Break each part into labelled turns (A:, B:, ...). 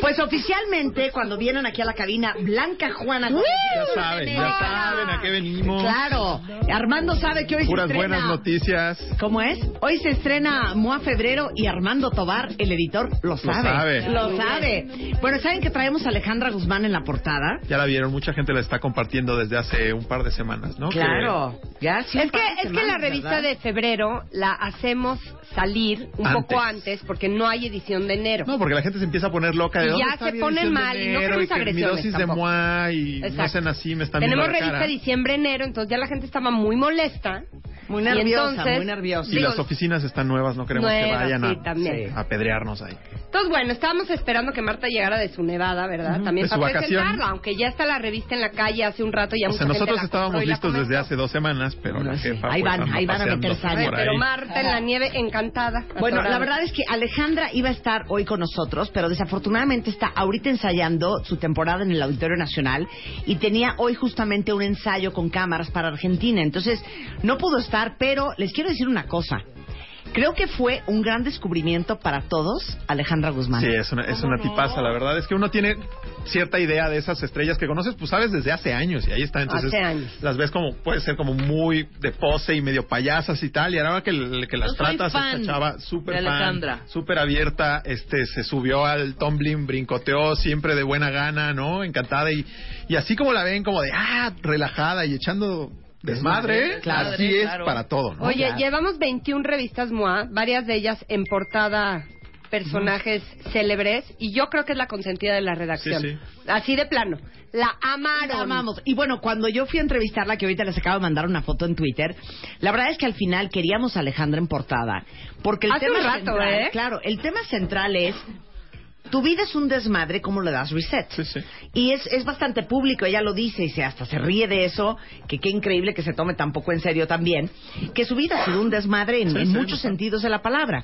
A: Pues oficialmente, cuando vienen aquí a la cabina, Blanca Juana.
B: Ya saben, ya saben a qué venimos.
A: Claro, Armando sabe que hoy
B: Puras
A: se estrena.
B: buenas noticias.
A: ¿Cómo es? Hoy se estrena Moa Febrero y Armando Tobar, el editor, lo sabe.
B: sabe.
A: Lo sabe. Bueno, ¿saben que traemos a Alejandra Guzmán en la portada?
B: Ya la vieron, mucha gente la está compartiendo desde hace un par de semanas, ¿no?
A: Claro. Ya, sí, un
C: Es que,
A: par de
C: es que la
A: semanas,
C: revista
A: ¿verdad?
C: de febrero la hacemos salir un
B: Antes.
C: poco antes porque no hay edición de enero.
B: Que- No, porque la gente se empieza a poner loca de
C: Y
B: "¿Dónde
C: ya
B: está
C: se
B: mi
C: ponen
B: edición de
C: mal y no
B: enero?
C: queremos
B: que Mi
C: agresiones
B: dosis de
C: tampoco.
B: moa y no
C: Exacto.
B: hacen así, me están
C: Tenemos
B: viendo la
C: revista
B: cara.
C: diciembre-enero, entonces ya la gente estaba muy molesta.
A: Muy
C: Y
A: nerviosa,
C: entonces-
A: muy nerviosa.
B: Y las oficinas están nuevas, no queremos que
C: Nuevas,
B: vayan
C: sí, también.
B: a, a apedrearnos ahí.
C: Entonces, bueno, estábamos esperando que Marta llegara de su nevada, ¿verdad? También
B: de su
C: para
B: vacación.
C: presentarla, aunque ya está la revista en la calle hace un rato. Ya
B: o
C: mucha
B: sea,
C: gente
B: nosotros
C: la
B: estábamos
C: compró y la
B: listos desde
C: comentó.
B: hace dos semanas, pero
A: No
B: la
A: sé.
B: jefa.
A: Ahí
B: pues,
A: van,
B: anda
A: ahí van a
B: paseando
A: meter saña.
B: por
C: Pero
B: ahí.
C: Marta en la nieve encantada.
A: Bueno, la
C: atorada.
A: verdad es que Alejandra iba a estar hoy con nosotros, pero desafortunadamente está ahorita ensayando su temporada en el Auditorio Nacional y tenía hoy justamente un ensayo con cámaras para Argentina. Entonces, no pudo estar, pero les quiero decir una cosa. Creo que fue un gran descubrimiento para todos Alejandra Guzmán.
B: Sí, es una, es una tipaza, la verdad. Es que uno tiene cierta idea de esas estrellas que conoces, pues sabes desde hace años y ahí está. Entonces
C: Hace años.
B: las ves como, puede ser como muy de pose y medio payasas y tal. Y ahora que, l- que las
D: Yo soy
B: tratas,
D: fan
B: esta chava súper
D: de
B: fan,
D: Alejandra.
B: súper abierta, este, se subió al tumbling, brincoteó siempre de buena gana, ¿no? Encantada. Y, y así como la ven, como de, ah, relajada y echando desmadre,
D: Desmadre, claro,
B: así es
D: claro.
B: para todo, ¿no?
C: Oye, llevamos 21 revistas MOA, varias de ellas en portada personajes célebres y yo creo que es la consentida de la redacción.
B: Sí,
C: Así de plano. La amaron.
A: La amamos. Y bueno, cuando yo fui a entrevistarla, que ahorita les acabo de mandar una foto en Twitter, la verdad es que al final queríamos a Alejandra en portada. Porque el
C: Hace
A: tema
C: un rato,
A: central,
C: ¿eh?
A: claro, el tema central es tu vida es un desmadre, ¿cómo le das reset?
B: Sí, sí.
A: Y es, es bastante público, ella lo dice y se hasta se ríe de eso, que qué increíble que se tome tan poco en serio también, que su vida ha sido un desmadre en,
B: Sí,
A: en
B: sí,
A: muchos
B: no.
A: sentidos de la palabra.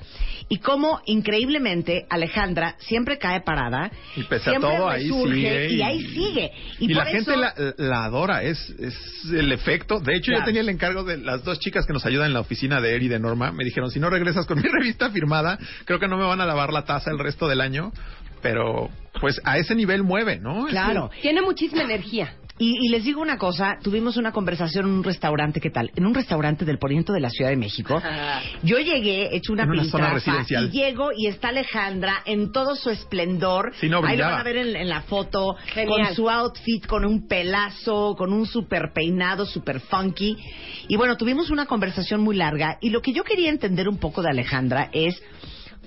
A: Y cómo increíblemente Alejandra siempre cae parada,
B: Y pese a
A: siempre
B: todo, ahí
A: resurge,
B: sigue
A: y...
B: y-
A: ahí sigue.
B: Y, la
A: por
B: gente
A: eso-
B: la, la adora, es, es el efecto. De hecho,
A: Claro.
B: yo tenía el encargo de las dos chicas que nos ayudan en la oficina de Eri y de Norma. Me dijeron, si no regresas con mi revista firmada, creo que no me van a lavar la taza el resto del año. Pero, pues, a ese nivel mueve, ¿no? Es
A: Claro.
C: Tiene muchísima energía.
A: Y, y les digo una cosa, tuvimos una conversación en un restaurante, ¿qué tal? En un restaurante del poniente de la Ciudad de México. Yo llegué, hecho una
B: En una zona
A: pintrafa,
B: residencial.
A: y llego y está Alejandra en todo su esplendor.
B: Sí, no,
A: Ahí lo
B: brillaba.
A: van a ver en, en la foto,
C: Genial.
A: con su outfit, con un pelazo, con un super peinado, super funky. Y bueno, tuvimos una conversación muy larga y lo que yo quería entender un poco de Alejandra es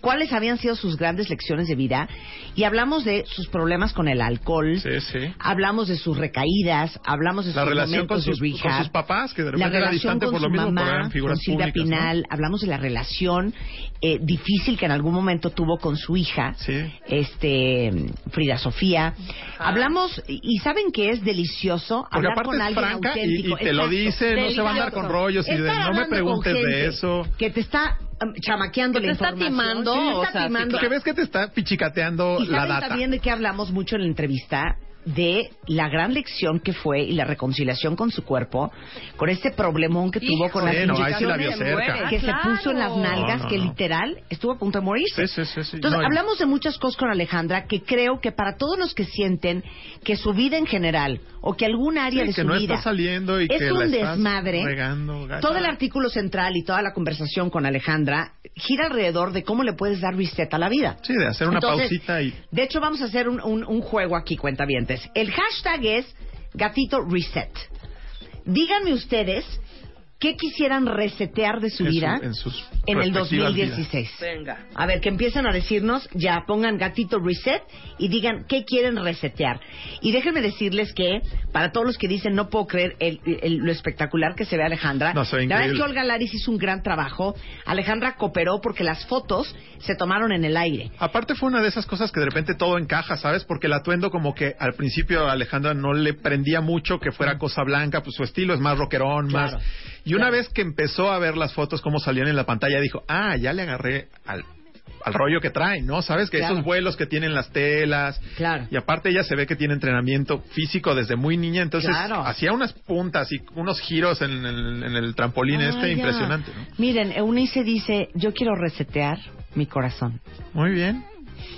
A: cuáles habían sido sus grandes lecciones de vida y hablamos de sus problemas con el alcohol,
B: Sí, sí.
A: hablamos de sus recaídas, hablamos de
B: La
A: sus
B: relación con
A: momentos de
B: sus, con
A: rehab,
B: sus papás, que de
A: la
B: repente era
A: relación
B: distante
A: con
B: por lo
A: su
B: mismo, pero
A: mamá,
B: eran figuras
A: con Silvia
B: públicas. ¿no?
A: Pinal, hablamos de la relación eh, difícil que en algún momento tuvo con su hija,
B: Sí.
A: este Frida Sofía. Hablamos y y saben que es delicioso
B: Porque
A: hablar
B: aparte
A: con
B: es
A: alguien
B: franca y- y,
A: auténtico.
B: te lo
A: Exacto.
B: dice, no se va a andar con
C: Delicioso.
B: rollos y de,
A: Estar
B: no me
A: hablando con
B: preguntes
A: gente
B: de eso.
A: Que te está um, chamaqueando
D: Que
A: la
D: te está
A: información.
D: timando,
A: Sí, te
D: o
A: está
D: sea, sí,
A: timando.
B: Porque ves que te está pichicateando
A: Y
B: la
A: saben
B: data.
A: también de qué hablamos mucho en la entrevista, de la gran lección que fue y la reconciliación con su cuerpo, con este problemón que tuvo con la
B: Híjole, no, ahí sí la
A: pinche-
B: vio cerca.
A: que se puso en las nalgas,
B: No, no,
A: que
B: no.
A: literal estuvo a punto de morirse.
B: Sí, sí, sí, sí.
A: Entonces,
B: No, y-
A: hablamos de muchas cosas con Alejandra que creo que para todos los que sienten que su vida en general o que algún área
B: Sí,
A: de
B: que
A: su
B: no
A: vida
B: está saliendo y
A: es
B: que
A: un
B: la estás
A: desmadre,
B: regando, gacha.
A: todo el artículo central y toda la conversación con Alejandra gira alrededor de cómo le puedes dar reset a la vida.
B: Sí, de hacer una
A: Entonces,
B: pausita y...
A: De hecho, vamos a hacer un, un- un juego aquí, cuentavientes. El hashtag es gatito reset. Díganme ustedes qué quisieran resetear de su
B: en su-
A: vida
B: en, sus
A: en el
B: respectivas vidas.
A: 2016.
D: Venga.
A: A ver, que empiecen a decirnos, ya pongan gatito reset y digan qué quieren resetear. Y déjenme decirles que, para todos los que dicen no puedo creer el- el- lo espectacular que se ve Alejandra,
B: No, se ve
A: la verdad es que
B: increíble.
A: Olga Laris hizo un gran trabajo. Alejandra cooperó porque las fotos se tomaron en el aire.
B: Aparte fue una de esas cosas que de repente todo encaja, ¿sabes? Porque el atuendo como que al principio a Alejandra no le prendía mucho que fuera cosa blanca, pues su estilo es más rockerón,
A: Claro,
B: más... Y una vez que empezó a ver las fotos como salían en la pantalla, dijo, ah, ya le agarré al, al rollo que trae, ¿no? ¿Sabes? Que
A: Claro.
B: esos vuelos que tienen las telas...
A: Claro.
B: Y aparte ella se ve que tiene entrenamiento físico desde muy niña, entonces
A: Claro.
B: hacía unas puntas y unos giros en, el- en el trampolín
A: Ah,
B: este
A: ya.
B: impresionante, ¿no?
A: Miren, Eunice dice, yo quiero resetear mi corazón.
B: Muy bien.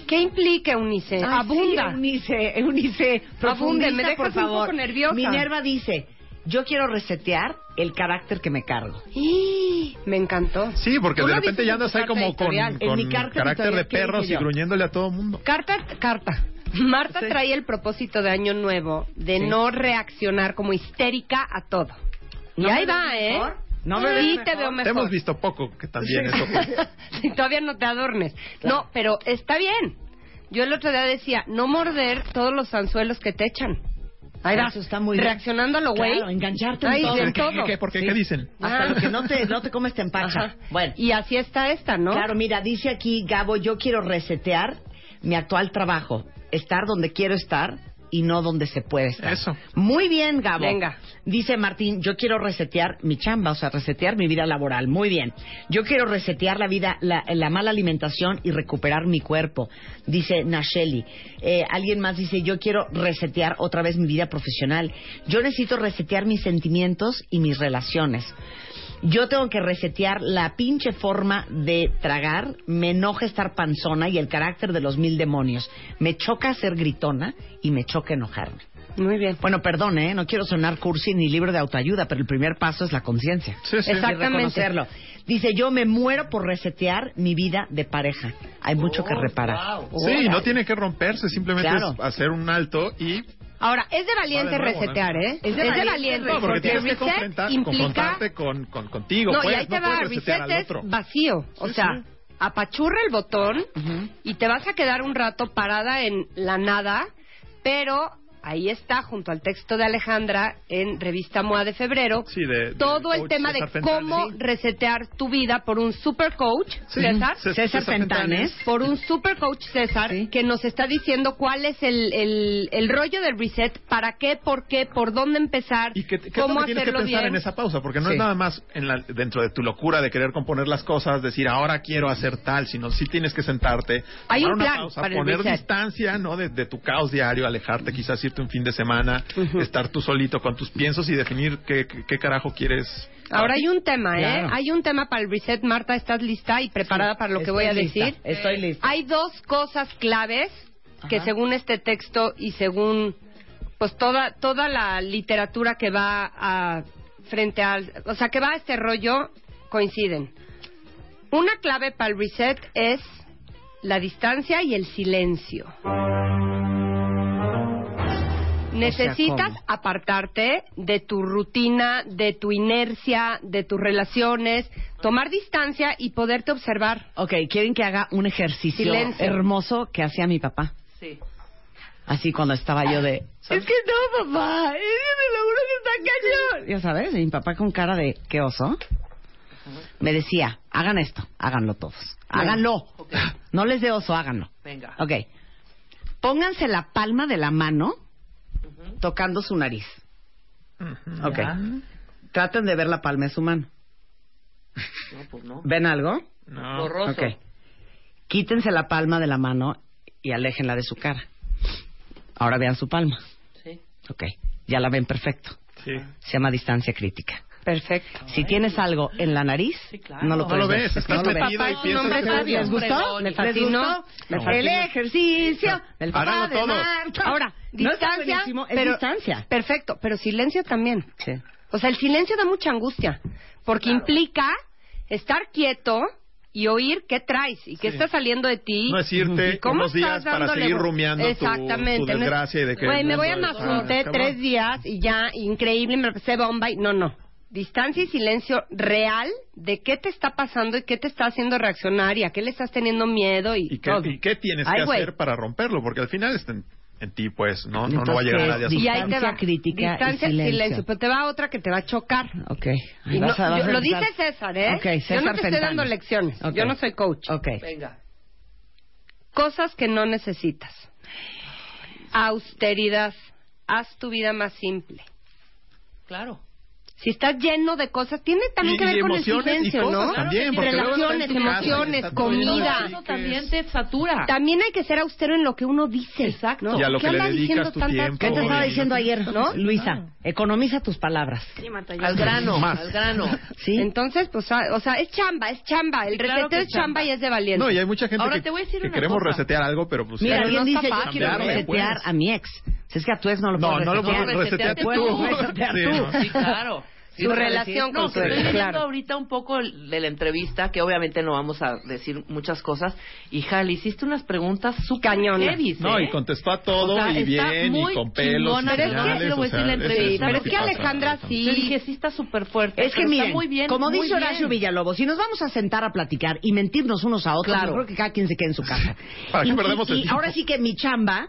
C: ¿Qué implica, Unice? Abunda.
A: Sí, Eunice, Eunice, profundiza,
C: me dejas
A: por
C: un poco
A: favor.
C: nerviosa.
A: Minerva dice, yo quiero resetear el carácter que me cargo.
C: ¡Ih! Me encantó.
B: Sí, porque
C: Tú
B: de
C: lo
B: repente
C: dices
B: ya
C: en
B: andas
C: tu
B: ahí
C: carta
B: como con,
C: editorial.
A: En mi
B: con
A: carta
B: carácter de
A: editorial, ¿qué
B: perros
A: dije
B: y
A: yo?
B: gruñéndole a todo mundo.
C: Carta, carta. Marta trae el propósito de Año Nuevo de no reaccionar como histérica a todo. y
A: ¿No
C: ahí
A: me
C: va,
A: ves
C: ¿eh?
A: mejor? ¿No me
C: sí,
A: ves
C: te
A: mejor?
C: veo mejor.
B: Te hemos visto poco, que también eso. pues.
C: Sí, todavía no te adornes. No, pero está bien. Yo el otro día decía, no morder todos los anzuelos que te echan. Ahí va.
A: Eso está muy bien.
C: Reaccionando a lo güey.
A: Claro, engancharte en
C: Ahí
A: todo.
C: de
B: ¿Qué- qué- qué- ¿Por qué? ¿Qué dicen?
A: Hasta
C: Ah.
A: lo que no te, no te comes te empacha.
C: Ajá.
A: Bueno,
C: Y así está esta, ¿no?
A: claro, mira, dice aquí Gabo, yo quiero resetear mi actual trabajo. Estar donde quiero estar y no donde se puede estar.
B: Eso.
A: Muy bien, Gabo.
C: Venga.
A: Dice Martín, yo quiero resetear mi chamba, o sea, resetear mi vida laboral. Muy bien. Yo quiero resetear la vida, la, la mala alimentación y recuperar mi cuerpo. Dice Nasheli. Eh, alguien más dice, yo quiero resetear otra vez mi vida profesional. Yo necesito resetear mis sentimientos y mis relaciones. Yo tengo que resetear la pinche forma de tragar. Me enoja estar panzona y el carácter de los mil demonios. Me choca ser gritona y me choca enojarme.
C: Muy bien.
A: Bueno, perdón, ¿eh? No quiero sonar cursi ni libro de autoayuda, pero el primer paso es la conciencia.
B: Sí, sí.
A: Exactamente.
C: Exactamente.
A: Reconocerlo. Dice, yo me muero por resetear mi vida de pareja. Hay mucho que reparar.
B: Sí, no tiene que romperse, simplemente
A: Claro.
B: es hacer un alto y
C: Ahora, es de valiente
B: Va de nuevo,
C: resetear, ¿eh?
A: Es de valiente,
B: no, porque tienes que
C: reset
B: confrontar-
C: implica...
B: confrontarte con, con- contigo,
C: No,
B: pues,
C: y ahí te
B: no
C: va,
B: puedes resetear al
C: reset es
B: otro.
C: vacío. O
B: Sí,
C: sea,
B: sí.
C: apachurra el botón y te vas a quedar un rato parada en la nada, pero ahí está, junto al texto de Alejandra en Revista MOA de febrero,
B: Sí, de- de
C: todo el
B: coach
C: tema de
B: César Fentanes.
C: cómo
B: Sí.
C: resetear tu vida por un super coach,
B: Sí.
C: César.
B: César
A: César Fentanes.
C: Por un super coach César que nos está diciendo cuál es el, el, el rollo del reset, para qué, por qué, por dónde empezar,
B: Y que, que es lo
C: cómo
B: que tienes que
C: hacerlo
B: pensar
C: bien.
B: en esa pausa, porque no
A: Sí.
B: es nada más en la- dentro de tu locura de querer componer las cosas, decir ahora quiero hacer tal, sino sí tienes que sentarte,
C: Hay
B: tomar
C: un
B: una
C: plan
B: pausa,
C: para el
B: poner
C: reset.
B: distancia ¿no? de, de tu caos diario, alejarte, quizás irte un fin de semana, estar tú solito con tus piensos y definir qué, qué, qué carajo quieres.
C: Ahora hay un tema, ¿eh?
A: Claro.
C: Hay un tema para el reset. Marta, ¿estás lista y preparada para lo que
A: Estoy
C: voy a
A: lista,
C: decir?
A: Estoy lista.
C: Hay dos cosas claves que
A: Ajá.
C: según este texto y según pues toda toda la literatura que va a frente al, o sea, que va a este rollo coinciden. Una clave para el reset es la distancia y el silencio. Necesitas
A: ¿cómo?
C: apartarte de tu rutina, de tu inercia, de tus relaciones, tomar distancia y poderte observar.
A: Ok, quieren que haga un ejercicio
C: Silencio.
A: hermoso que hacía mi papá.
D: Sí.
A: Así cuando estaba yo de... Es que no, papá. Es que me lo juro que está cañón. Ya sabes, y mi papá con cara de qué oso. Me decía, hagan esto, háganlo todos. Háganlo.
D: Ok.
A: No les dé oso, háganlo.
D: Venga.
B: Ah.
A: Ok. Pónganse la palma de la mano tocando su nariz. Ok. Traten de ver la palma de su mano.
D: No, pues no.
A: ¿Ven algo?
B: No.
D: Borroso.
A: Ok. Quítense la palma de la mano y aléjenla de su cara. Ahora vean su palma. Ok, ya la ven perfecto.
B: Sí.
A: Se llama distancia crítica.
C: Perfecto.
A: Si tienes algo en la nariz,
D: Sí, claro.
A: no lo
B: No
A: puedes
B: lo
A: ver.
B: ves, estás
A: No lo ves.
B: metido y
C: Papá,
B: piensas
C: nombre
B: que-
C: sabio.
A: ¿Les gustó?
C: Perdón,
A: ¿Les
C: me
A: fascinó?
C: fascinó.
A: Me
C: No.
A: fascinó. El ejercicio
C: Ah.
A: del papá
B: Háganlo
A: de
B: todos.
A: Marta.
C: Ahora,
A: ¿No está
C: distancia,
A: buenísimo? es
C: pero-
A: distancia.
C: Perfecto, pero silencio también.
A: Sí.
C: O sea, el silencio da mucha angustia, porque implica estar quieto y oír qué traes y qué
B: Sí.
C: está saliendo de ti.
B: No es irte
C: y cómo
B: unos días
C: estás
B: para
C: dándole
B: seguir
C: vu-
B: rumiando tu-
C: Exactamente.
B: tu
C: no es-
B: desgracia y de que el
C: Güey, me
B: mundo
C: voy a
B: está
C: Mazunte
B: cabrón.
C: tres días y ya, increíble, me pasé bomba y... No, no. Distancia y silencio real de qué te está pasando y qué te está haciendo reaccionar y a qué le estás teniendo miedo y,
B: ¿Y qué,
C: todo.
B: y qué tienes
C: Ay,
B: que
C: güey.
B: hacer para romperomperlo? Porque al final está en, en ti, pues, ¿no? No, no va a
A: Entonces,
B: llegar nadie a su
C: Y ahí te
A: Distancia
C: va
A: crítica y
C: distancia
A: silencio.
C: pero te va otra que te va a chocar.
A: Ok.
C: Y no- yo- lo dice César, ¿eh?
A: Ok, César
C: yo no te estoy
A: Fentano.
C: dando lecciones.
A: Ok.
C: Yo no soy coach.
A: Ok.
D: Venga.
C: Cosas que no necesitas. Austeridad. Haz tu vida más simple.
D: Claro.
C: Si estás lleno de cosas, tiene también
B: Y-
C: que ver
B: y
C: con el
B: emociones y
C: silencio,
B: cosas
C: ¿no?
B: también, porque luego está en
C: Relaciones,
B: tu casa y
C: emociones,
B: está todo el día
C: comida.
B: así.
D: Eso
B: que
D: también
B: es-
D: te satura.
C: También hay que ser austero en lo que uno dice.
D: Exacto.
C: ¿no?
B: Y a lo
C: ¿Qué
B: que le
C: anda
B: dedicas
C: diciendo
B: tu
C: tantas
B: tiempo,
A: ¿Qué te
B: Pobre.
A: estaba
C: cosas?
A: diciendo ayer,
D: Ah.
C: ¿No?
A: Luisa? Economiza tus palabras.
D: Al grano.
B: Más.
D: Al grano.
A: ¿Sí?
C: Entonces, pues, ah, o sea, es chamba, es chamba. El
D: Sí, claro
C: receteo
D: que
C: es chamba
D: chamba.
C: y es de valiente.
B: No, y hay mucha gente
D: Ahora
B: que,
D: te voy a decir
B: que
D: una
B: queremos
D: cosa.
B: resetear algo, pero pues...
A: Mira,
B: ya-
A: alguien
C: no está
A: dice, yo
C: fácil,
A: quiero
B: hombre,
A: resetear
B: pues.
A: a mi ex. Si es que a tu ex no lo
B: No,
A: puedes
B: no lo
A: resetear.
B: puedes resetear
D: Reseteate
B: tú.
A: Puedes resetear
B: Sí,
A: tú.
B: ¿no?
D: Sí, claro.
C: Su
D: lo que
C: relación
D: decir- no,
C: con su
D: que estoy
C: ex,
D: leyendo
C: claro.
D: ahorita un poco el- de la entrevista, que obviamente no vamos a decir muchas cosas. Hija, le hiciste unas preguntas súper
C: Cañonas.
D: heavies,
B: No,
D: ¿eh?
B: y contestó a todo
D: O sea,
B: y
D: está
B: bien y
D: muy
B: con pelos y
D: chingona, pero es que-
B: señales,
D: lo voy a
B: o sea,
D: decir en
B: ese
D: entrevista,
B: una
C: pero es que
B: tipaza,
C: Alejandra sí-
D: Yo dije, sí ¿eh? está súper fuerte.
A: Es que
D: pero
A: miren,
D: está muy bien,
A: como
D: muy
A: dice
D: bien.
A: Horacio Villalobos, si nos vamos a sentar a platicar y mentirnos unos a otros,
D: Claro.
A: yo creo que cada quien se quede en su casa.
B: ¿Para
A: y,
B: qué perdemos
A: y-
B: el
A: y
B: tiempo?
A: ahora sí que mi chamba,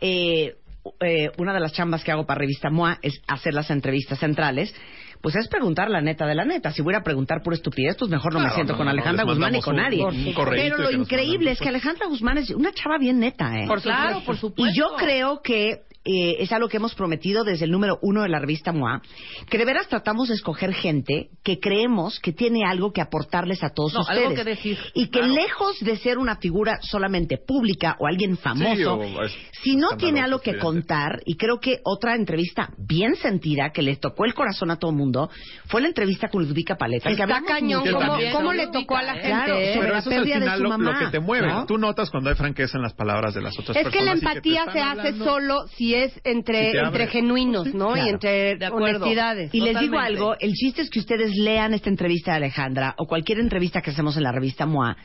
A: eh, eh, una de las chambas que hago para Revista MOA es hacer las entrevistas centrales, pues es preguntar la neta de la neta. Si voy a ir a preguntar pura estupidez, pues mejor no me
B: Claro,
A: siento
B: no,
A: con
B: no, no,
A: Alejandra
B: les
A: Guzmán ni
B: mandamos
A: con
B: un-
A: nadie.
B: un correíto
A: Pero
B: y
A: lo
B: que nos
A: increíble
B: manden,
A: es que
B: pues.
A: Alejandra Guzmán es una chava bien neta, ¿eh?
C: Por
D: Claro,
C: supuesto.
D: por supuesto.
A: Y yo creo que eh, es algo que hemos prometido desde el número uno de la revista MOA, que de veras tratamos de escoger gente que creemos que tiene algo que aportarles a todos
D: No,
A: ustedes.
D: algo que decir,
A: Y que
D: claro.
A: lejos de ser una figura solamente pública o alguien famoso,
B: Sí, o es-
A: si no
B: escandaloso,
A: tiene algo que
B: evidente.
A: contar, y creo que otra entrevista bien sentida que le tocó el corazón a todo el mundo fue la entrevista con Ludvica Paleta. que
C: Está
A: hablamos
C: cañón,
B: mucho
C: ¿cómo,
B: también.
C: cómo le tocó a la gente?
D: Claro,
C: eh?
A: sobre
B: Pero
A: la
B: eso es al
A: pérdida de
B: final
A: su
B: lo, lo
A: mamá,
B: que te mueve.
A: ¿no?
B: Tú notas cuando hay franqueza en las palabras de las otras
C: Es
B: pues, personas.
C: que la
B: y te
C: empatía
B: están
C: se hace
B: hablando.
C: solo si es
B: Si
C: entre,
B: te
C: entre
B: abres.
C: genuinos, ¿no?
A: claro.
C: Y entre
D: De acuerdo.
C: honestidades.
A: Y les
D: Totalmente.
A: digo algo, el chiste es que ustedes lean esta entrevista de Alejandra o cualquier entrevista que hacemos en la revista MOA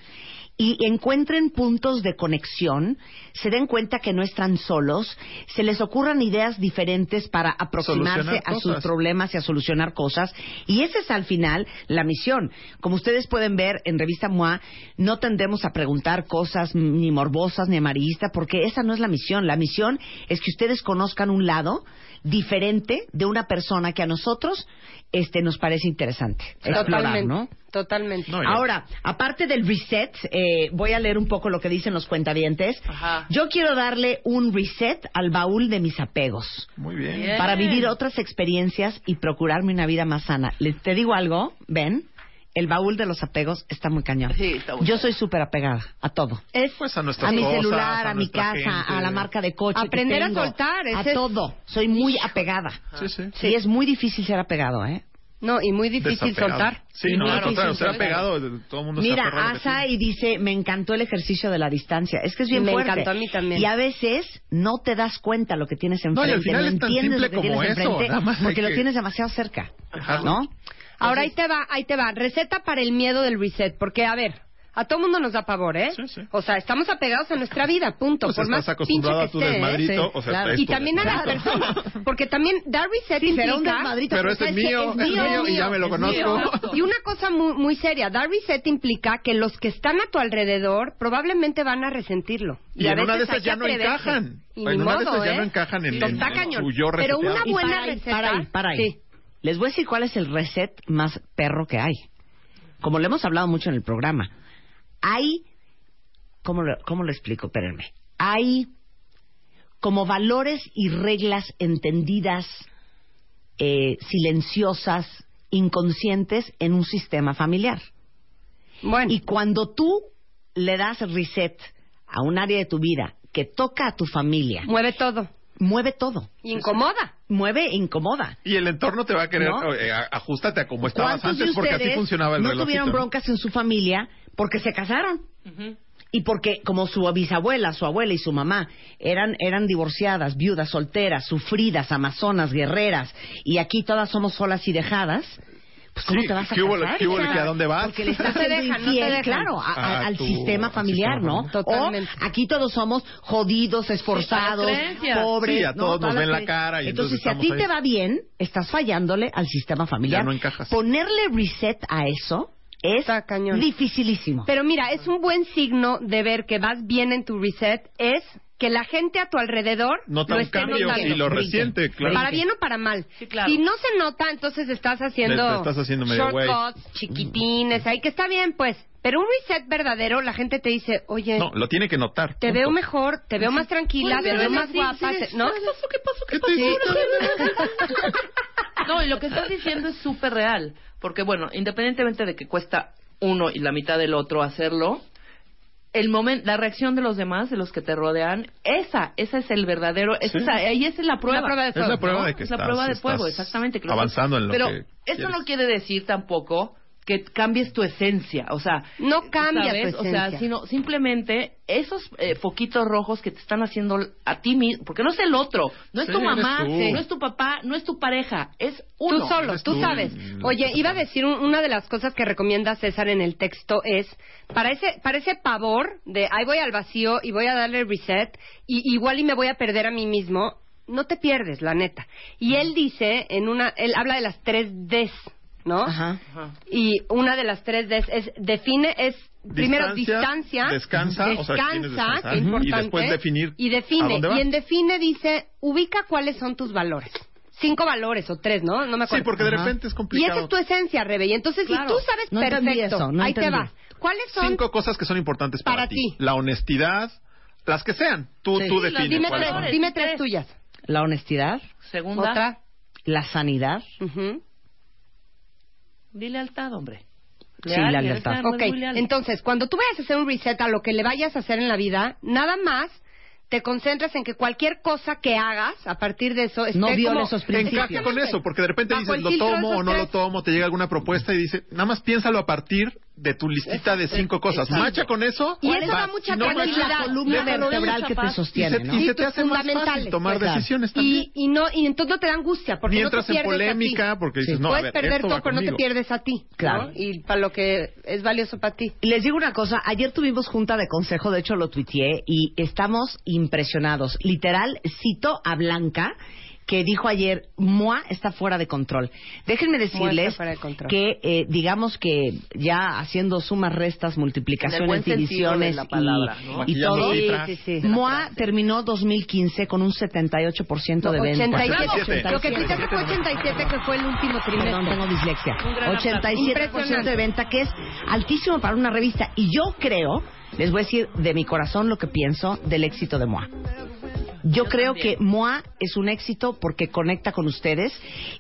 A: y encuentren puntos de conexión, se den cuenta que no están solos, se les ocurran ideas diferentes para aproximarse
B: Solucionar
A: a sus
B: cosas.
A: problemas y a solucionar cosas. Y esa es al final la misión. Como ustedes pueden ver en Revista MOA, no tendemos a preguntar cosas ni morbosas ni amarillistas, porque esa no es la misión. La misión es que ustedes conozcan un lado diferente de una persona que a nosotros este, nos parece interesante. Explorar,
C: Totalmente.
A: ¿no?
C: Totalmente.
B: No, y-
A: Ahora, aparte del reset, eh, voy a leer un poco lo que dicen los cuentavientes.
D: Ajá.
A: Yo quiero darle un reset al baúl de mis apegos
B: Muy bien.
D: Bien.
A: para vivir otras experiencias y procurarme una vida más sana. Les te digo algo, ven, el baúl de los apegos está muy cañón.
D: Sí, está muy
A: Yo
D: cañón.
A: soy súper apegada a todo.
C: Es
B: Pues a nuestras
A: A mi
B: cosas,
A: celular, a, mi
B: nuestra
A: casa,
B: gente.
A: a la marca de coche. que
C: Aprender a
A: tengo,
C: soltar,
A: A
C: ese es-
A: todo. Soy muy apegada.
B: Sí, sí.
A: Sí, es muy difícil ser apegado, ¿eh?
C: no, y muy difícil
B: Desapegado.
C: soltar.
B: Sí,
C: Y
B: no,
C: muy
B: al contrario,
C: difícil
B: usted ha
C: soltar.
B: pegado, todo el mundo se
A: Mira,
B: aferra a lo que
A: Asa
B: tiene.
A: y dice, me encantó el ejercicio de la distancia. Es que es bien
C: Me
A: fuerte.
C: encantó a mí también.
A: Y a veces no te das cuenta lo que tienes enfrente.
B: final es tan
A: entiendes
B: simple
A: lo que tienes
B: como eso,
A: enfrente
B: nada más hay
A: porque lo
B: que-
A: tienes demasiado cerca,
B: Dejarlo.
A: ¿no?
C: Ahora ahí te va, ahí te va. Receta para el miedo del reset. Porque, a ver, a todo mundo nos da pavor, ¿eh?
B: Sí, sí.
C: O sea, estamos apegados a nuestra vida, punto.
B: Pues
C: por
B: estás
C: más
B: acostumbrado
C: pinche que
B: a tu
C: esté, ¿eh?
B: desmadrito, o sea, es
C: Y
B: tu
C: también a las
B: desmadrito.
C: personas. Porque también dar reset
A: Pero un
C: implica...
A: desmadrito,
B: Pero ese es mío, es mío y ya me lo conozco.
C: Y una cosa muy, muy seria, dar reset implica que los que están a tu alrededor probablemente van a resentirlo.
B: Y
C: a
B: en una de
C: veces
B: esas
C: hay que
B: ya no
C: atreverse.
B: encajan. En
C: Y
B: una
C: ni
B: de
C: modo,
B: esas ya
C: ¿eh?
B: no encajan en-
C: Está
B: en- en
C: cañón.
B: su yo
C: Pero una
B: reseteado.
A: Y
C: buena
A: para ahí,
C: receta.
A: Para ahí, para ahí.
C: Sí.
A: Les voy a decir cuál es el reset más perro que hay. Como lo hemos hablado mucho en el programa. Hay, ¿cómo lo, cómo lo explico? Espérenme. Hay como valores y reglas entendidas, eh, silenciosas, inconscientes en un sistema familiar.
C: Bueno,
A: Y cuando tú le das reset a un área de tu vida que toca a tu familia
C: mueve todo.
A: mueve todo.
C: Incomoda.
A: Mueve e incomoda.
B: Y el entorno te va a querer,
A: ¿No?
B: eh, a- ajustate a como estabas
A: ¿Cuántos de
B: antes porque así
A: ustedes
B: funcionaba el
A: no
B: relojito,
A: tuvieron
B: ¿no?
A: broncas en su familia porque se casaron? Y porque como su bisabuela, su abuela y su mamá eran, eran divorciadas, viudas, solteras, sufridas, amazonas, guerreras, y aquí todas somos solas y dejadas, pues ¿cómo
B: Sí,
A: te vas a
B: ¿qué hubo le-
A: casar?
B: qué hubo le
A: hija?
B: que a dónde vas?
A: Porque le
C: No
A: estás
C: te
A: haciendo
C: dejan, no te
A: infiel,
C: dejan.
A: claro, a- a-
B: Ah,
A: al
B: tú,
A: sistema
B: al
A: familiar,
B: sistema
A: ¿no?
B: familiar.
C: Totalmente.
A: O aquí todos somos jodidos, esforzados,
D: Sí, a las creencias.
A: pobres.
B: Sí, a todos
A: Todas
B: nos ven
A: las
B: la
A: cre-
B: cara y
A: entonces,
B: entonces
A: si a ti
B: estamos
A: te
B: ahí.
A: va bien, estás fallándole al sistema familiar.
B: Ya no encajas.
A: Ponerle reset a eso es
C: Está cañón.
A: dificilísimo.
C: Pero mira, es un buen signo de ver que vas bien en tu reset, es que la gente a tu alrededor
B: Nota
C: lo
B: un
C: esté
B: cambio
C: notando.
B: y lo resiente, claro.
C: Para bien o para mal.
D: Sí, claro.
C: Si no se nota, entonces estás haciendo,
B: Le- le estás haciendo medio güey.
C: shortcuts, chiquitines, ahí que está bien, pues. Pero un reset verdadero, la gente te dice, oye,
B: No, lo tiene que notar.
C: te
B: punto.
C: veo mejor, te veo más tranquila,
D: pues,
C: te veo más guapa, te- ¿no?
D: ¿Qué pasó?
B: ¿Qué te hizo?
D: No, y lo que estás diciendo es súper real. Porque, bueno, independientemente de que cuesta uno y la mitad del otro hacerlo, el momento, la reacción de los demás, de los que te rodean, esa, esa es el verdadero, esa,
B: Sí.
D: ahí es la prueba.
C: La prueba de
B: Es la prueba
D: ¿no?
B: de que
D: Es la
B: estás-
D: prueba de fuego,
B: estás
D: exactamente. que lo
B: avanzando en lo
D: Pero
B: que
D: eso
B: quieres.
D: no quiere decir tampoco que cambies tu esencia, o sea,
C: No cambias tu
D: ¿sabes? o
C: esencia.
D: sea, sino simplemente esos eh, foquitos rojos que te están haciendo a ti mismo, porque no es el otro, no es
B: Sí,
D: tu
B: eres
D: mamá,
B: tú.
D: no es tu papá, no es tu pareja, es uno.
C: Tú solo,
B: Eres
C: tú
B: tú.
C: sabes.
B: Mm,
C: Oye,
B: exacto.
C: iba a decir un- una de las cosas que recomienda César en el texto es para ese, para ese pavor de ahí voy al vacío y voy a darle reset y igual y me voy a perder a mí mismo. No te pierdes, la neta.
B: Mm.
C: Y él dice en una, él habla de las tres Ds, ¿no?
A: Ajá.
D: Ajá.
C: Y una de las tres Ds es define es primero distancia,
B: Distancia, descansa, o sea, que tienes que
C: descansa,
B: descansar,
C: que es
B: y
C: importante,
B: después definir
C: y define
B: a dónde vas.
C: y en define dice ubica cuáles son tus valores. Cinco valores o tres, ¿no? No me
B: Sí,
C: acuerdo.
B: porque de
A: Ajá.
B: repente es
C: Y esa
B: complicado.
C: es tu esencia, Rebe. Y entonces,
D: Claro.
C: si tú sabes
A: No entendí
C: perfecto,
A: eso, no
C: ahí te
A: entendí.
C: vas. ¿Cuáles son?
B: Cinco cosas que son importantes para,
C: Para ti.
B: La honestidad, las que sean. Tú,
A: Sí.
B: tú
D: Sí, las-
B: defines
C: dime,
B: cuáles
C: tres,
B: son.
D: valores?
C: dime tres
D: Tres.
C: tuyas.
A: La honestidad,
D: Segunda,
C: Otra.
A: la sanidad.
C: Ujú.
D: dile al TAD, hombre.
A: Sí, la
D: eres
A: lealtad.
D: leal,
C: Ok,
D: eres muy leal.
C: entonces, cuando tú vayas a hacer un reset a lo que le vayas a hacer en la vida, nada más te concentras en que cualquier cosa que hagas a partir de eso esté
A: No viola
C: como...
A: esos principios.
B: Encaja con eso, porque de repente
C: Bajo
B: dices,
C: el
B: lo
C: filtro de
B: tomo
C: esos
B: o no lo
C: tres.
B: tomo, te llega alguna propuesta y dice, nada más piénsalo a partir de tu listita de cinco cosas. Macha con eso.
C: Y eso da
B: vas.
C: mucha
B: Si no macha,
C: tranquilidad.
A: La columna
B: déjalo ir.
A: vertebral que te
B: Y se,
A: sostiene, ¿no?
B: y se
C: Sí,
B: te hace más
C: fundamentales,
B: fácil tomar
A: pues, claro.
B: decisiones también.
C: Y, y no, y entonces no te da angustia, porque
B: Ni
C: no te
B: entras en
C: pierdes a ti.
B: polémica, porque dices,
C: Sí.
B: no, a
C: Puedes
B: ver,
C: perder
B: esto
C: todo,
B: va
C: pero no te
B: conmigo.
C: pierdes a ti. ¿no?
A: Claro.
C: Y para lo que es valioso para ti.
A: Y Les digo una cosa, ayer tuvimos junta de consejo, de hecho lo tuiteé, y estamos impresionados. Literal, cito a Blanca, que dijo ayer, MOA está fuera de control. Déjenme decirles
C: está fuera de control.
A: que, eh, digamos que ya haciendo sumas, restas,
D: En el buen
A: multiplicaciones,
D: sentido
A: divisiones
D: de la palabra,
A: y,
D: ¿no?
A: y
B: Maquillando
A: todo,
B: cifras. Sí,
C: sí, sí.
A: MOA terminó 2015 con un 78% de venta.
C: 87.
B: 87.
C: Lo que quitaste fue 87, que fue el último
A: Perdón, tengo
C: trimestre.
A: dislexia.
D: Un gran aplauso.
A: 87% de venta, que es altísimo para una revista. Y yo creo, les voy a decir de mi corazón lo que pienso del éxito de MOA. Yo,
D: Yo
A: creo
D: también.
A: que MOA es un éxito porque conecta con ustedes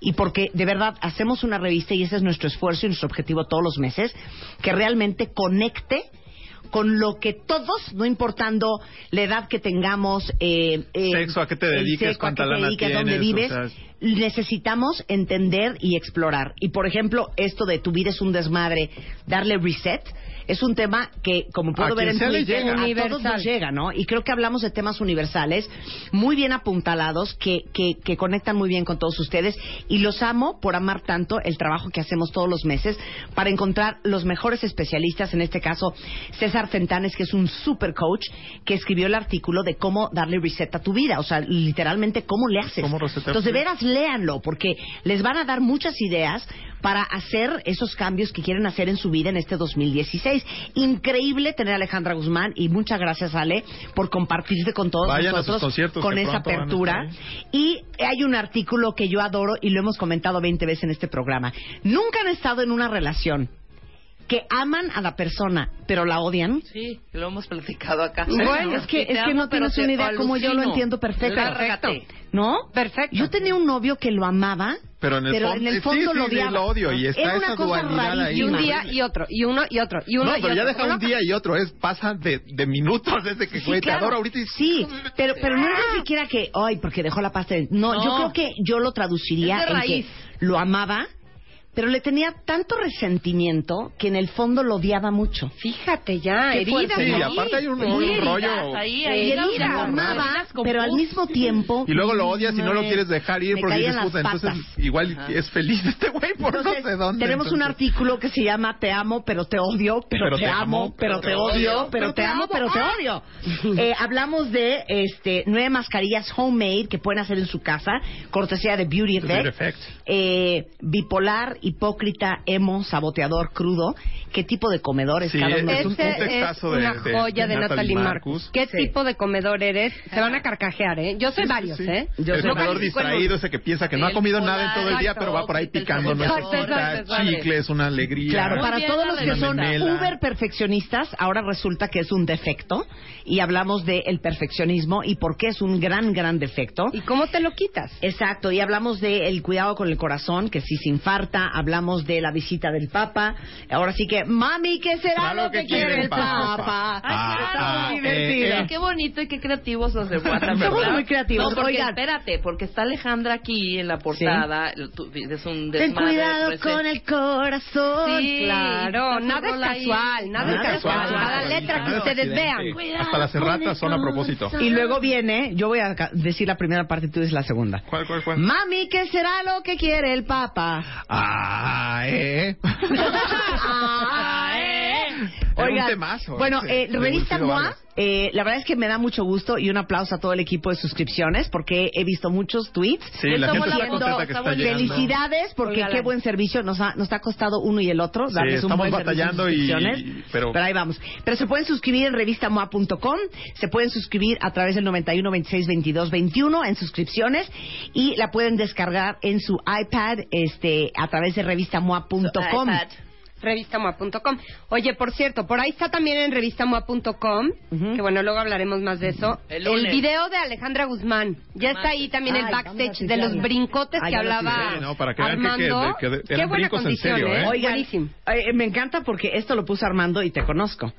A: y porque de verdad hacemos una revista y ese es nuestro esfuerzo y nuestro objetivo todos los meses, que realmente conecte con lo que todos, no importando la edad que tengamos, eh, eh,
B: Sexo, a qué te
A: el
B: dediques,
A: sexo, a qué
B: cuánta
A: te
B: lana
A: dediques, dónde
B: tienes,
A: vives,
B: o sea,
A: necesitamos entender y explorar. Y por ejemplo, esto de tu vida es un desmadre, darle reset, es un tema que, como puedo ver
B: quien
A: en
B: sea le
A: Twitter,
B: llega.
A: a todos nos
C: Universal.
A: llega, ¿no? Y creo que hablamos de temas universales muy bien apuntalados que, que, que conectan muy bien con todos ustedes. Y los amo por amar tanto el trabajo que hacemos todos los meses para encontrar los mejores especialistas, en este caso César Fentanes, que es un super coach, que escribió el artículo de cómo darle reset a tu vida. O sea, literalmente, cómo le haces.
B: Cómo resetear
A: Entonces, de
B: tu vida.
A: veras, Ustedes léanlo porque les van a dar muchas ideas para hacer esos cambios que quieren hacer en su vida en este 2016. Increíble tener a Alejandra Guzmán y muchas gracias Ale por compartirte con todos
B: Vayan a sus
A: nosotros
B: conciertos,
A: con
B: que
A: esa
B: pronto van a
A: apertura.
B: estar
A: Y hay un artículo que yo adoro y lo hemos comentado 20 veces en este programa. Nunca han estado en una relación que aman a la persona, pero la odian.
D: Sí, lo hemos platicado acá.
A: Bueno, es que,
D: Y te
A: es que
D: amo,
A: no
D: pero
A: tienes
D: te
A: una idea como yo lo
D: alucino.
A: entiendo perfecto.
D: Lárgate.
A: ¿No?
C: Perfecto.
A: Yo tenía un novio que lo amaba,
B: Pero en el fondo- sí,
A: fondo
B: sí,
A: lo
B: sí,
A: odiaba.
B: lo odio, y está
A: Era una
B: esa
A: cosa
B: dualidad ahí,
C: Y un
A: rarísima.
C: día y otro, y uno y otro, y uno
B: No,
C: y
B: pero ya
C: otro.
B: deja un día y otro, es pasa de, de minutos desde que
A: Sí,
B: güey,
A: claro.
B: te adoro ahorita y
A: Sí, pero, pero no era siquiera que, ay, porque dejó la pasta. de-". No,
D: Ah. No.
A: yo creo que yo lo traduciría
D: Es de
A: en
D: raíz.
A: que lo amaba, pero le tenía tanto resentimiento que en el fondo lo odiaba mucho.
C: Fíjate ya,
D: Qué
C: herida.
D: fuerte.
B: Sí,
D: ahí.
B: y aparte hay un,
D: Sí,
B: un
D: heridas
B: rollo.
D: Ahí,
A: Y
D: ahí,
A: él
D: heridas,
A: lo amaba,
D: heridas con
A: pero al
D: pus.
A: mismo tiempo...
B: Y luego lo odias y no lo quieres dejar ir
A: Me
B: porque
A: caían
B: dices,
A: las
B: puta, entonces
A: patas.
B: igual
D: Ajá.
B: es feliz este güey por
A: Entonces,
B: no sé dónde.
A: tenemos un
B: entonces.
A: artículo que se llama Te amo, pero te odio, pero, te, amo, pero te odio, pero te amo, pero te odio. Eh, hablamos de este nueve mascarillas homemade que pueden hacer en su casa, cortesía de Beauty Effect.
B: Beauty Effect.
A: Eh, bipolar, hipócrita, emo, saboteador, crudo. ¿Qué tipo de comedores
B: Sí,
A: cada uno?
B: es
A: de
B: un
A: sus-
C: Este
B: punto
C: es
B: exacto de-
C: una
B: de-
C: joya de,
B: de
C: Natalie
B: Natalie
C: Marcus.
B: Marcus.
C: ¿Qué
A: Sí.
C: tipo de comedor eres? Se van a carcajear, ¿eh? Yo
B: Sí,
C: sé
B: sí,
C: varios,
B: sí.
C: ¿eh?
B: El
C: No
B: comedor
C: califico en
B: distraído,
C: uno.
B: ese que piensa que no ha
D: El
B: comido nada en todo el día,
D: exacto,
B: pero va por ahí
D: el
B: picando
D: sabor,
B: nuestra
C: exacto,
B: torta,
D: exacto, exacto.
B: chicles, una alegría.
A: Claro, para
D: bien,
A: todos
D: la
A: los
D: de
A: que son
B: Manela.
A: uber perfeccionistas, ahora resulta que es un defecto y hablamos del perfeccionismo y por qué es un gran, gran defecto.
C: ¿Y cómo te lo quitas?
A: Exacto, y hablamos del cuidado con el corazón, que si se infarta, hablamos de la visita del Papa. Ahora sí que, mami, ¿qué será lo que, quiere el Papa?
B: Ah,
A: Está
B: ah,
A: muy
B: eh,
A: divertida.
B: eh.
D: Qué bonito y qué creativos los de WhatsApp.
A: Somos
D: ¿verdad?
A: muy creativos,
D: No, porque
A: oigan.
D: espérate, porque está Alejandra aquí en la portada. lo- tú- Es un
A: Ten
D: desmadre.
A: cuidado
D: pues,
A: con
D: eh.
A: el corazón.
D: Sí,
C: claro,
D: está su
C: nada es
D: rola ahí.
C: casual, nada es
A: Nada es
C: casual.
A: casual,
C: Cada
A: Carolina,
C: letra que
B: nada
C: ustedes
B: accidente.
C: vean.
B: Hasta las erratas son a propósito.
A: Y luego viene, yo voy a ca- decir la primera parte y tú dices la segunda.
B: ¿Cuál, cuál, cuál?
A: Mami, ¿qué será lo que quiere el Papa?
B: Ah, eh.
A: Ah, eh.
B: Era un
A: Oigan,
B: temazo,
A: bueno,
B: ese,
A: eh,
B: de
A: revista
B: Wilfrido
A: MOA,
B: Vargas.
A: eh, la verdad es que me da mucho gusto y un aplauso a todo el equipo de suscripciones porque he visto muchos tweets.
B: Sí, la
D: Estamos
B: gente está
D: viendo-
B: contenta que está
D: estamos
B: llegando.
A: Felicidades porque
D: Oigan.
A: qué buen servicio nos ha, nos ha costado uno y el otro. darles un
B: estamos
A: buen servicio en
B: batallando y-
A: suscripciones,
B: y- pero-
A: ahí vamos. Pero se pueden suscribir en revistamoa.com, se pueden suscribir a través del 91 26 22 21 en suscripciones y la pueden descargar en su iPad este a través de revistamoa.com.
D: iPad.
C: revistamoa.com. Oye, por cierto, por ahí está también en revistamoa.com,
A: Ujú.
C: que bueno, luego hablaremos más de eso.
D: El lunes.
C: video de Alejandra Guzmán. Ya está ahí también el
A: Ay, vamos
C: backstage
A: a
C: de los
A: chiflarla.
C: brincotes
A: Ay,
C: que
A: ya lo
C: hablaba
B: chiflé, no, para que vean que-
C: Armando.
B: que- que- que
C: Qué
B: eran
C: buena
B: brincos en
C: condición,
B: serio, ¿eh?
A: Oigan,
C: Buenísimo.
A: eh, me encanta porque esto lo puso Armando y te conozco.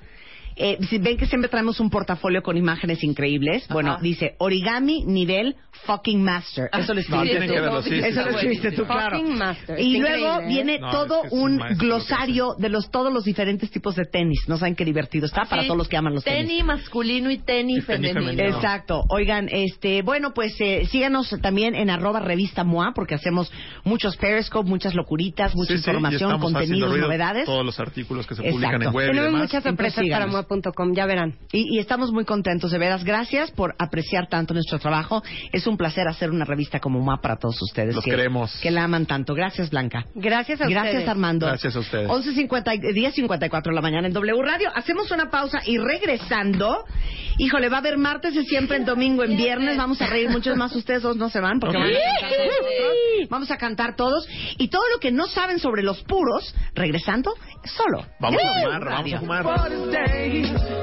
A: Eh, si ven que siempre traemos un portafolio con imágenes increíbles. Bueno, dice origami nivel fucking master.
D: Ah,
A: Eso lo
B: No,
A: escribiste
B: tienen
A: tú.
B: que verlo, sí, sí,
A: Eso
B: sí,
A: lo escribiste tú,
C: buenísimo.
A: claro.
C: Fucking master,
A: Y
C: está
A: luego
C: increíble, ¿eh?
A: viene
B: No,
A: todo
B: es que es un
A: un
B: maestro lo que hace.
A: glosario de los todos los diferentes tipos de tenis. No saben qué divertido está para
D: Ah, Sí,
A: todos los que aman los tenis.
D: Tenis masculino y
B: Y
D: tenis
B: tenis
D: femenino.
B: femenino.
A: Exacto. Oigan, este, bueno, pues eh, síganos también en arroba revista MOA porque hacemos muchos periscope, muchas locuritas, mucha
B: Sí, sí, y
A: información,
B: estamos haciendo
A: contenidos,
B: ruido
A: novedades.
B: Todos los artículos que se publican
A: Exacto.
B: en web y
C: Tenemos
B: demás.
C: muchas sorpresas
A: Entonces,
C: para
A: síganos.
C: moa.com, ya verán.
A: Y, y estamos muy contentos, de veras. Gracias por apreciar tanto nuestro trabajo. Es un placer hacer una revista como MA para todos ustedes.
B: Los
A: que,
B: queremos.
A: Que la aman tanto. Gracias, Blanca.
C: Gracias a
A: Gracias,
C: ustedes.
A: Armando.
B: Gracias a ustedes.
A: 11.50 y- 10.54 de la mañana en W Radio. Hacemos una pausa y regresando. Híjole, va a haber martes y siempre en domingo, en viernes. Vamos a reír muchos más. Ustedes dos no se van porque van a cantar con nosotros. Vamos a cantar todos. Y todo lo que no saben sobre los puros, regresando, solo.
B: Vamos a
A: en
B: fumar,
A: W
B: vamos a
A: Radio.
B: fumar.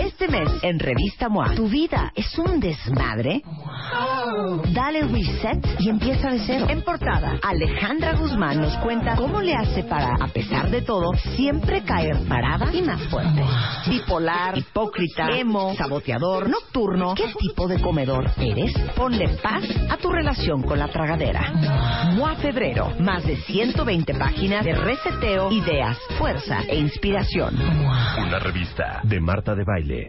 E: Este mes en Revista MOA, tu vida es un desmadre. Dale reset y empieza de cero. En portada, Alejandra Guzmán nos cuenta cómo le hace para, a pesar de todo, siempre caer parada y más fuerte. Bipolar, hipócrita, emo, saboteador, nocturno. ¿Qué tipo de comedor eres? Ponle paz a tu relación con la tragadera. MOA Febrero, más de 120 páginas de reseteo, ideas, fuerza e inspiración.
F: Una revista de Marta de Baile.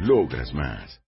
G: logras más.